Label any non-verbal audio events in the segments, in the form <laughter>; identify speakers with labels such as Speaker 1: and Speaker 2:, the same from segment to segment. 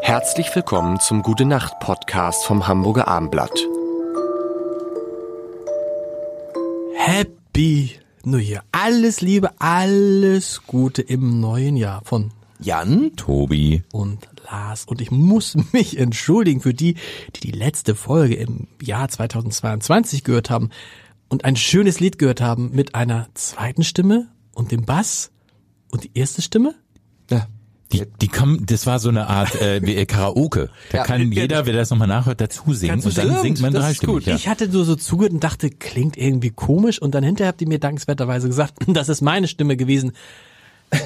Speaker 1: Herzlich willkommen zum Gute Nacht Podcast vom Hamburger Armblatt.
Speaker 2: Happy New Year. Alles Liebe, alles Gute im neuen Jahr von Jan
Speaker 3: Tobi.
Speaker 2: und Lars. Und ich muss <laughs> mich entschuldigen für die, die die letzte Folge im Jahr 2022 gehört haben und ein schönes Lied gehört haben mit einer zweiten Stimme und dem Bass und die erste Stimme.
Speaker 3: Die, die kam, das war so eine Art äh, wie, äh, Karaoke. Da kann jeder, wer das nochmal nachhört, dazu singen
Speaker 2: Kannst du
Speaker 3: und dann
Speaker 2: stimmt,
Speaker 3: singt man
Speaker 2: das
Speaker 3: drei
Speaker 2: ist gut.
Speaker 3: Ja.
Speaker 2: Ich hatte nur so zugehört und dachte, klingt irgendwie komisch und dann hinterher habt ihr mir dankenswerterweise gesagt, <laughs> dass es meine Stimme gewesen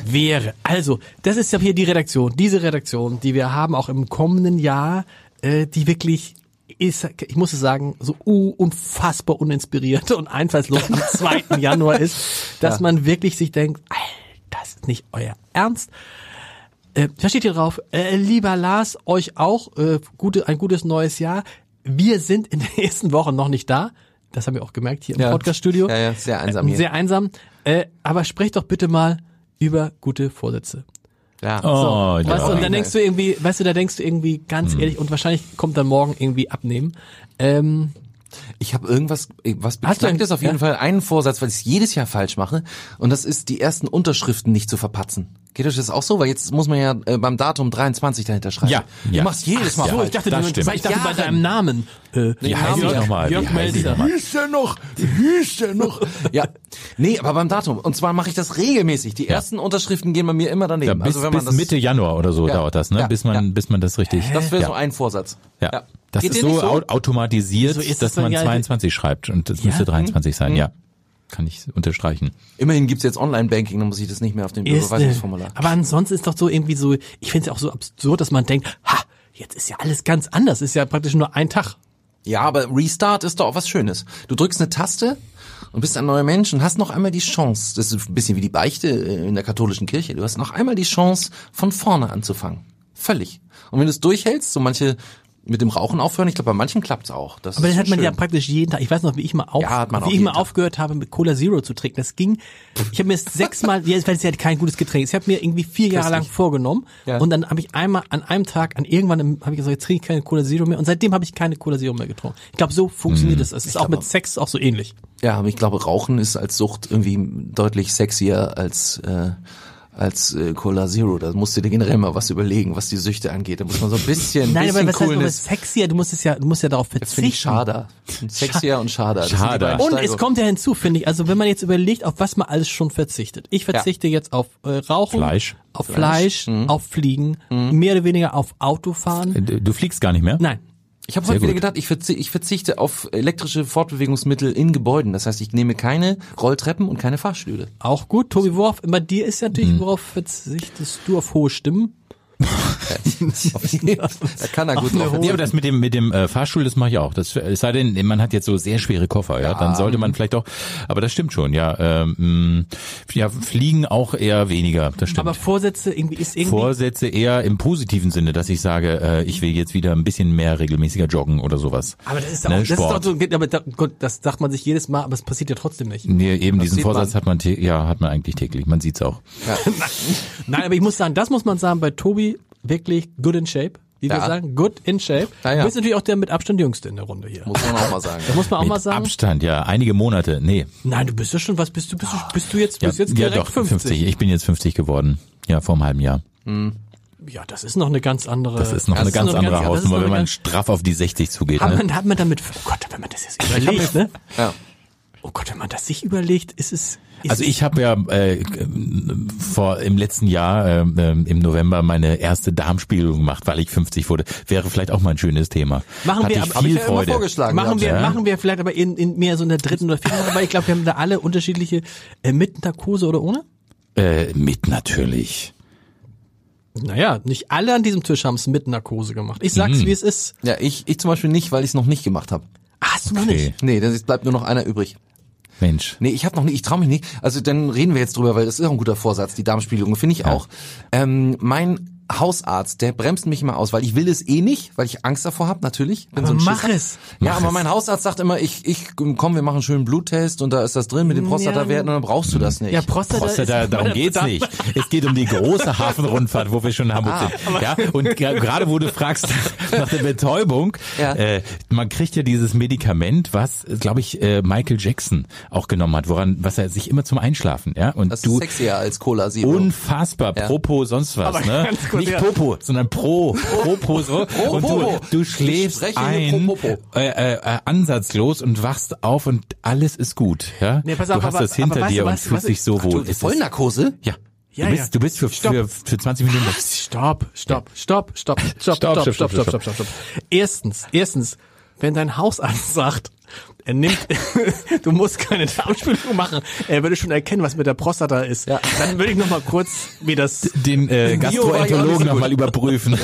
Speaker 2: wäre. Also, das ist ja hier die Redaktion, diese Redaktion, die wir haben auch im kommenden Jahr, äh, die wirklich ist, ich muss es sagen, so u- unfassbar uninspiriert und einfallslos
Speaker 3: <laughs>
Speaker 2: am 2. Januar ist, dass man wirklich sich denkt, Alter, das ist nicht euer Ernst. Äh, da steht hier drauf, äh, lieber Lars, euch auch äh, gute, ein gutes neues Jahr. Wir sind in den <laughs> nächsten Wochen noch nicht da. Das haben wir auch gemerkt hier im
Speaker 4: Ja.
Speaker 2: Podcaststudio.
Speaker 4: Ja, ja, sehr einsam hier.
Speaker 2: Sehr einsam. Äh, aber sprecht doch bitte mal über gute Vorsätze.
Speaker 4: Ja.
Speaker 3: Oh,
Speaker 2: weißt du, und
Speaker 3: ja. Hm.
Speaker 2: dann denkst du irgendwie, weißt du, da denkst du irgendwie ganz ehrlich und wahrscheinlich kommt dann morgen irgendwie abnehmen. Ähm,
Speaker 4: Ich habe irgendwas, eh, was
Speaker 2: Hast du
Speaker 4: beknackt ist
Speaker 2: ein-
Speaker 4: auf jeden
Speaker 2: ja?
Speaker 4: Fall einen Vorsatz, weil ich es jedes Jahr falsch mache. Und das ist, die ersten Unterschriften nicht zu verpatzen. Geht euch das auch so? Weil jetzt muss man ja äh, beim Datum 23 dahinter schreiben.
Speaker 3: Ja,
Speaker 4: Du
Speaker 3: ja.
Speaker 4: machst jedes Mal
Speaker 2: so,
Speaker 4: falsch.
Speaker 2: Oh, ich dachte,
Speaker 3: das
Speaker 2: du-
Speaker 3: stimmt.
Speaker 2: ich dachte bei
Speaker 4: Jahren.
Speaker 2: deinem Namen. Äh,
Speaker 3: Wie heißt die
Speaker 2: Jörg-
Speaker 3: nochmal? Wie
Speaker 2: Jörg
Speaker 3: heißt die
Speaker 2: Melzer.
Speaker 3: nochmal?
Speaker 4: Hieß der noch? Hieß der noch? ja. Nee, aber beim Datum. Und zwar mache ich das regelmäßig. Die ersten Unterschriften gehen bei mir immer daneben.
Speaker 3: Ja, bis,
Speaker 4: also wenn man
Speaker 3: bis
Speaker 4: das,
Speaker 3: Mitte Januar oder so
Speaker 4: Ja.
Speaker 3: dauert das, ne?
Speaker 4: Ja.
Speaker 3: bis man,
Speaker 4: Ja.
Speaker 3: bis man das richtig.
Speaker 4: Das wäre
Speaker 3: ja.
Speaker 4: so ein Vorsatz.
Speaker 3: Ja. Das
Speaker 4: Geht
Speaker 3: ist so,
Speaker 4: dir nicht so?
Speaker 3: au- automatisiert,
Speaker 2: So ist es
Speaker 3: dass
Speaker 2: dann
Speaker 3: man
Speaker 2: ja-
Speaker 3: 22 schreibt und das müsste 23 sein. Ja, kann ich unterstreichen.
Speaker 4: Immerhin gibt's jetzt Online-Banking, dann muss ich das nicht mehr auf dem
Speaker 2: Ist, äh,
Speaker 4: Überweisungsformular.
Speaker 2: aber ansonsten ist doch so irgendwie so, ich finde es auch so absurd, dass man denkt, ha, jetzt ist ja alles ganz anders, ist ja praktisch nur ein Tag.
Speaker 4: Ja, aber Restart ist doch auch was Schönes. Du drückst eine Taste und bist ein neuer Mensch und hast noch einmal die Chance, das ist ein bisschen wie die Beichte äh, in der katholischen Kirche, du hast noch einmal die Chance, von vorne anzufangen. Völlig. Und wenn du es durchhältst, so manche mit dem Rauchen aufhören, ich glaube, bei manchen klappt's auch. Das
Speaker 2: Aber
Speaker 4: ist
Speaker 2: dann hat
Speaker 4: schon
Speaker 2: man ja
Speaker 4: schön.
Speaker 2: praktisch jeden Tag, ich weiß noch, wie ich mal, auf,
Speaker 4: Ja, hat man auch
Speaker 2: wie ich mal
Speaker 4: jeden Tag.
Speaker 2: aufgehört habe, mit Cola Zero zu trinken. Das ging, ich habe mir es sechsmal, ja, weil es ja kein gutes Getränk ist, ich habe mir irgendwie vier Jahre lang vorgenommen
Speaker 4: Ja.
Speaker 2: und dann habe ich einmal an einem Tag, an irgendwann habe ich gesagt, jetzt trinke ich keine Cola Zero mehr und seitdem habe ich keine Cola Zero mehr getrunken. Ich glaube, so
Speaker 4: Hm.
Speaker 2: funktioniert das. Es ist auch mit Sex auch so ähnlich.
Speaker 4: Ja, aber ich glaube, Rauchen ist als Sucht irgendwie deutlich sexier als äh, als äh, Cola Zero. Da musst du dir generell mal was überlegen, was die Süchte angeht. Da muss man so ein
Speaker 2: <laughs>
Speaker 4: bisschen,
Speaker 2: Nein,
Speaker 4: bisschen
Speaker 2: aber was heißt nochmal
Speaker 4: Coolness.
Speaker 2: sexier? Du musst es ja, du musst ja darauf
Speaker 4: Das
Speaker 2: verzichten.
Speaker 4: finde ich schade. Sexier und schade. Das sind die
Speaker 3: Schade.
Speaker 4: beiden
Speaker 2: Und es
Speaker 4: Steigungen.
Speaker 2: kommt ja hinzu, finde ich. Also wenn man jetzt überlegt, auf was man alles schon verzichtet. Ich verzichte jetzt auf äh, Rauchen,
Speaker 3: Fleisch.
Speaker 2: auf Fleisch, auf Fliegen, mehr oder weniger auf Autofahren.
Speaker 3: Äh, Du du fliegst gar nicht mehr?
Speaker 2: Nein.
Speaker 4: Ich habe heute
Speaker 3: Sehr
Speaker 4: wieder
Speaker 3: gut.
Speaker 4: gedacht, ich, verzi ich verzichte auf elektrische Fortbewegungsmittel in Gebäuden. Das heißt, ich nehme keine Rolltreppen und keine Fahrstühle.
Speaker 2: Auch gut. Tobi, worauf, bei dir ist ja
Speaker 3: Mhm.
Speaker 2: natürlich, worauf verzichtest du auf hohe Stimmen?
Speaker 4: da kann er gut
Speaker 2: eine
Speaker 4: drauf.
Speaker 3: Nee, aber das mit dem mit dem äh, Fahrstuhl, das mache ich auch. Das es sei denn, man hat jetzt so sehr schwere Koffer, ja, dann sollte man vielleicht auch. Aber das stimmt schon, ja. Ähm, ja, fliegen auch eher weniger. Das stimmt.
Speaker 2: Aber Vorsätze irgendwie ist irgendwie.
Speaker 3: Vorsätze eher im positiven Sinne, dass ich sage, äh, ich will jetzt wieder ein bisschen mehr regelmäßiger joggen oder sowas.
Speaker 2: aber das ist,
Speaker 3: Ne,
Speaker 2: auch, das ist
Speaker 3: Sport.
Speaker 2: doch so, aber da, Gott, das sagt man sich jedes Mal, aber es passiert ja trotzdem nicht.
Speaker 3: Nee, eben diesen
Speaker 4: sieht
Speaker 3: Vorsatz
Speaker 4: man.
Speaker 3: hat man tä- ja hat man eigentlich täglich. Man sieht's auch.
Speaker 2: Nein, aber ich muss sagen, das muss man sagen, bei Tobi wirklich good in shape. Wie wir
Speaker 4: Ja.
Speaker 2: sagen, good in shape.
Speaker 4: Ja, ja.
Speaker 2: Du bist natürlich auch der mit Abstand jüngste in der Runde hier.
Speaker 4: Muss man auch mal sagen.
Speaker 2: Muss man auch
Speaker 3: Mit
Speaker 2: mal sagen.
Speaker 3: Abstand, ja, einige Monate. Nee,
Speaker 2: Nein, du bist ja schon, was bist du? Bist du, bist du jetzt,
Speaker 3: ja,
Speaker 2: bist jetzt
Speaker 3: ja
Speaker 2: direkt
Speaker 3: doch
Speaker 2: 50.
Speaker 3: 50. Ich bin jetzt 50 geworden. Ja, vor einem halben Jahr.
Speaker 2: Ja, das ist noch eine ganz andere.
Speaker 3: Das ist noch eine ganz
Speaker 2: noch
Speaker 3: andere
Speaker 2: das ist
Speaker 3: Hausnummer,
Speaker 2: noch
Speaker 3: wenn
Speaker 2: eine
Speaker 3: man
Speaker 2: ganz-
Speaker 3: straff auf die 60 zugeht.
Speaker 2: Hat
Speaker 3: Ne?
Speaker 2: man, hat man damit, oh Gott, wenn man das jetzt überlegt, ne?
Speaker 4: Ja.
Speaker 2: Oh Gott, wenn man das sich überlegt, ist es, ist
Speaker 3: Also
Speaker 2: es-
Speaker 3: ich habe ja äh, vor im letzten Jahr äh, ähm, im November meine erste Darmspiegelung gemacht, weil ich 50 wurde. Wäre vielleicht auch mal ein schönes Thema.
Speaker 2: Machen
Speaker 3: Hatte
Speaker 2: wir,
Speaker 3: ich
Speaker 2: aber-
Speaker 3: viel
Speaker 4: hab ich ja immer
Speaker 3: Freude.
Speaker 4: vorgeschlagen.
Speaker 2: machen wir,
Speaker 3: ja.
Speaker 2: machen wir vielleicht aber in, in mehr so in der dritten oder vierten, Runde, weil ich glaube, wir haben da alle unterschiedliche, äh, mit Narkose oder ohne?
Speaker 3: äh, mit natürlich.
Speaker 2: Naja, nicht alle an diesem Tisch haben es mit Narkose gemacht. Ich sag's,
Speaker 3: Mhm.
Speaker 2: wie es ist.
Speaker 4: <laughs> ja, ich, ich zum Beispiel nicht, weil ich es noch nicht gemacht habe.
Speaker 2: Ah, Hast du noch
Speaker 3: Okay.
Speaker 2: nicht?
Speaker 4: Nee, das ist- bleibt nur noch einer übrig.
Speaker 3: Mensch.
Speaker 4: Nee, ich habe noch nicht, ich traue mich nicht. Also dann reden wir jetzt drüber, weil das ist auch ein guter Vorsatz, die Darmspiegelung, finde ich auch. Ähm, mein Hausarzt, der bremst mich immer aus, weil ich will es eh nicht, weil ich Angst davor habe, natürlich. Bin
Speaker 2: Aber
Speaker 4: ein
Speaker 2: mach
Speaker 4: Schisser.
Speaker 2: es.
Speaker 4: Ja, aber mein Hausarzt sagt immer, ich, ich, komm, wir machen einen schönen Bluttest und da ist das drin mit den Prostatawerten und dann brauchst du das nicht.
Speaker 2: Ja, Prostata, <laughs>
Speaker 3: Prostata,
Speaker 2: ist-
Speaker 3: darum geht's
Speaker 2: Verdammt.
Speaker 3: nicht. Es geht um die große Hafenrundfahrt, wo wir schon in Hamburg
Speaker 4: Ah,
Speaker 3: sind. Ja, und gra- gerade wo du fragst <laughs> nach, nach der Betäubung,
Speaker 4: Ja.
Speaker 3: äh, man kriegt ja dieses Medikament, was, glaube ich, äh, Michael Jackson auch genommen hat, woran, was er sich immer zum Einschlafen, ja, und
Speaker 4: das
Speaker 3: du
Speaker 4: ist sexier als Cola Zero.
Speaker 3: Unfassbar,
Speaker 4: Ja.
Speaker 3: Propo, sonst was,
Speaker 2: Aber
Speaker 3: ne?
Speaker 2: ganz kurz,
Speaker 3: Nicht
Speaker 2: ja.
Speaker 3: Popo, sondern Pro, Propo, so.
Speaker 2: <laughs>
Speaker 4: Pro,
Speaker 3: und du,
Speaker 4: Popo.
Speaker 3: du
Speaker 4: Ich
Speaker 3: schläfst
Speaker 4: spreche hier
Speaker 3: ein,
Speaker 4: pro Popo.
Speaker 3: äh, äh, äh, ansatzlos und wachst auf und alles ist gut, ja?
Speaker 2: Nee, pass
Speaker 3: du
Speaker 2: auf,
Speaker 3: hast
Speaker 2: aber-
Speaker 3: das hinter
Speaker 2: aber weißt
Speaker 3: dir
Speaker 2: du
Speaker 3: und
Speaker 2: was?
Speaker 3: fühlst
Speaker 2: Was
Speaker 3: dich
Speaker 2: ich-
Speaker 3: so wohl.
Speaker 4: du,
Speaker 3: Ist das-
Speaker 4: Vollnarkose?
Speaker 3: ja.
Speaker 2: Ja,
Speaker 3: du bist,
Speaker 2: ja.
Speaker 3: du bist für,
Speaker 2: Stopp.
Speaker 3: für, für 20 Minuten. weg.
Speaker 2: Stopp, stopp, stopp, stopp, stopp,
Speaker 3: Stopp,
Speaker 2: stopp, stopp,
Speaker 3: stopp, stopp,
Speaker 2: stopp, stopp,
Speaker 3: stopp.
Speaker 2: stopp, stopp. Erstens, erstens, wenn dein Hausarzt sagt, er nimmt, <laughs> du musst keine Darmspülung machen, er würde schon erkennen, was mit der Prostata ist.
Speaker 4: Ja.
Speaker 2: Dann würde ich noch mal kurz, wie das
Speaker 3: Den äh,
Speaker 4: nicht so
Speaker 3: Gastroenterologen
Speaker 4: gut.
Speaker 2: <laughs>
Speaker 3: nochmal überprüfen.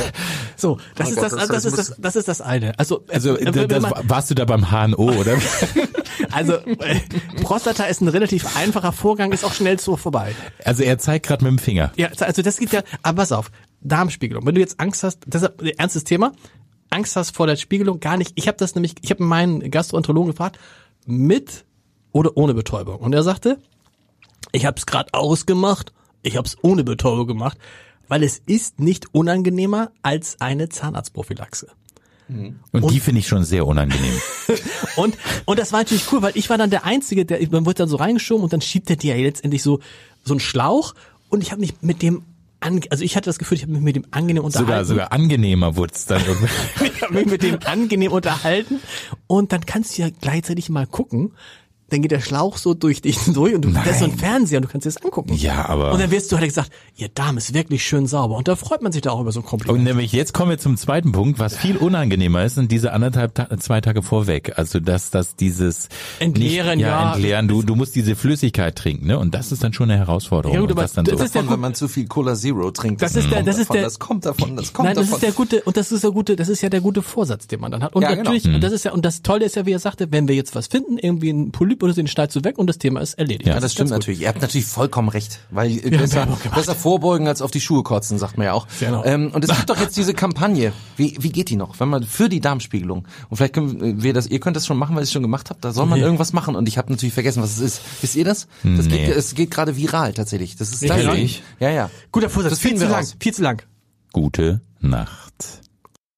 Speaker 2: so, das ist Oh das,
Speaker 4: Gott, das
Speaker 2: das ist
Speaker 4: ist-
Speaker 2: das, das ist das eine. Also, äh,
Speaker 3: Also
Speaker 2: wenn-
Speaker 3: das,
Speaker 2: wenn
Speaker 3: das,
Speaker 2: man-
Speaker 3: warst du da beim HNO,
Speaker 2: <laughs>
Speaker 3: oder?
Speaker 2: also äh, Prostata ist ein relativ einfacher Vorgang, ist auch schnell so vorbei.
Speaker 3: Also er zeigt gerade mit dem Finger.
Speaker 2: Ja, also das geht ja, aber pass auf, Darmspiegelung. Wenn du jetzt Angst hast, deshalb äh, ernstes Thema, Angst hast vor der Spiegelung, gar nicht. Ich habe das nämlich, ich habe meinen Gastroenterologen gefragt, mit oder ohne Betäubung. Und er sagte, ich habe es gerade ausgemacht, ich habe es ohne Betäubung gemacht, weil es ist nicht unangenehmer als eine Zahnarztprophylaxe.
Speaker 3: Und, die finde ich schon sehr unangenehm.
Speaker 2: <laughs> Und, und das war natürlich cool, weil ich war dann der Einzige, der, man wird dann so reingeschoben und dann schiebt er dir ja letztendlich so, so einen Schlauch und ich habe mich mit dem, ange- also ich hatte das Gefühl, ich habe mich mit dem angenehm unterhalten.
Speaker 3: sogar, sogar angenehmer wurde es dann irgendwie.
Speaker 2: <laughs> Ich habe mich mit dem angenehm unterhalten und dann kannst du ja gleichzeitig mal gucken. Dann geht der Schlauch so durch dich durch und du, das ist so ein
Speaker 3: Nein.
Speaker 2: Fernseher und du kannst dir das angucken.
Speaker 3: Ja, aber-
Speaker 2: Und dann wirst du halt gesagt, ihr Darm ist wirklich schön sauber und da freut man sich da auch über so ein
Speaker 3: Und
Speaker 2: Kompliment.
Speaker 3: nämlich jetzt kommen wir zum zweiten Punkt, was viel unangenehmer ist, sind diese anderthalb Ta zwei Tage vorweg. Also dass dass dieses
Speaker 2: Entleeren,
Speaker 3: nicht, ja,
Speaker 2: ja.
Speaker 3: entleeren. Du du musst diese Flüssigkeit trinken, ne? Und das ist dann schon eine Herausforderung.
Speaker 2: Ja, gut,
Speaker 3: Und
Speaker 2: aber
Speaker 3: das dann
Speaker 2: das
Speaker 3: so.
Speaker 2: ist ja
Speaker 4: Davon,
Speaker 2: gut.
Speaker 4: wenn man zu viel Cola Zero trinkt.
Speaker 2: Das ist der-
Speaker 4: kommt
Speaker 2: das ist
Speaker 4: davon,
Speaker 2: der-
Speaker 4: das kommt davon, das kommt
Speaker 2: Nein, das
Speaker 4: davon.
Speaker 2: ist der gute und das ist der gute, das ist ja der gute Vorsatz, den man dann hat. Und
Speaker 4: Ja, genau.
Speaker 2: natürlich, und das ist ja und das Tolle ist ja, wie er sagte, wenn wir jetzt was finden, irgendwie einen Polyp oder so, den schneidest du weg und das Thema ist erledigt.
Speaker 3: Ja.
Speaker 4: Ja, das stimmt natürlich. Ihr habt natürlich vollkommen recht. Weil äh, besser,
Speaker 2: Werbung gemacht.
Speaker 4: besser vorbeugen als auf die Schuhe kotzen, sagt man ja auch.
Speaker 2: Genau.
Speaker 4: Ähm, und
Speaker 2: <laughs>
Speaker 4: es gibt doch jetzt diese Kampagne. Wie, wie geht die noch? Wenn man für die Darmspiegelung. Und vielleicht können wir das, ihr könnt das schon machen, weil ihr es schon gemacht habt. Da soll man irgendwas machen. Und ich habe natürlich vergessen, was es ist. Wisst ihr das? Das
Speaker 3: Nee.
Speaker 4: geht, es geht gerade viral tatsächlich. Das ist
Speaker 2: Ehrlich?
Speaker 4: Ja, ja.
Speaker 2: Guter Vorsatz,
Speaker 4: Das
Speaker 2: viel
Speaker 4: finden
Speaker 2: zu
Speaker 4: wir
Speaker 2: lang,
Speaker 4: raus.
Speaker 2: viel zu lang.
Speaker 3: Gute Nacht.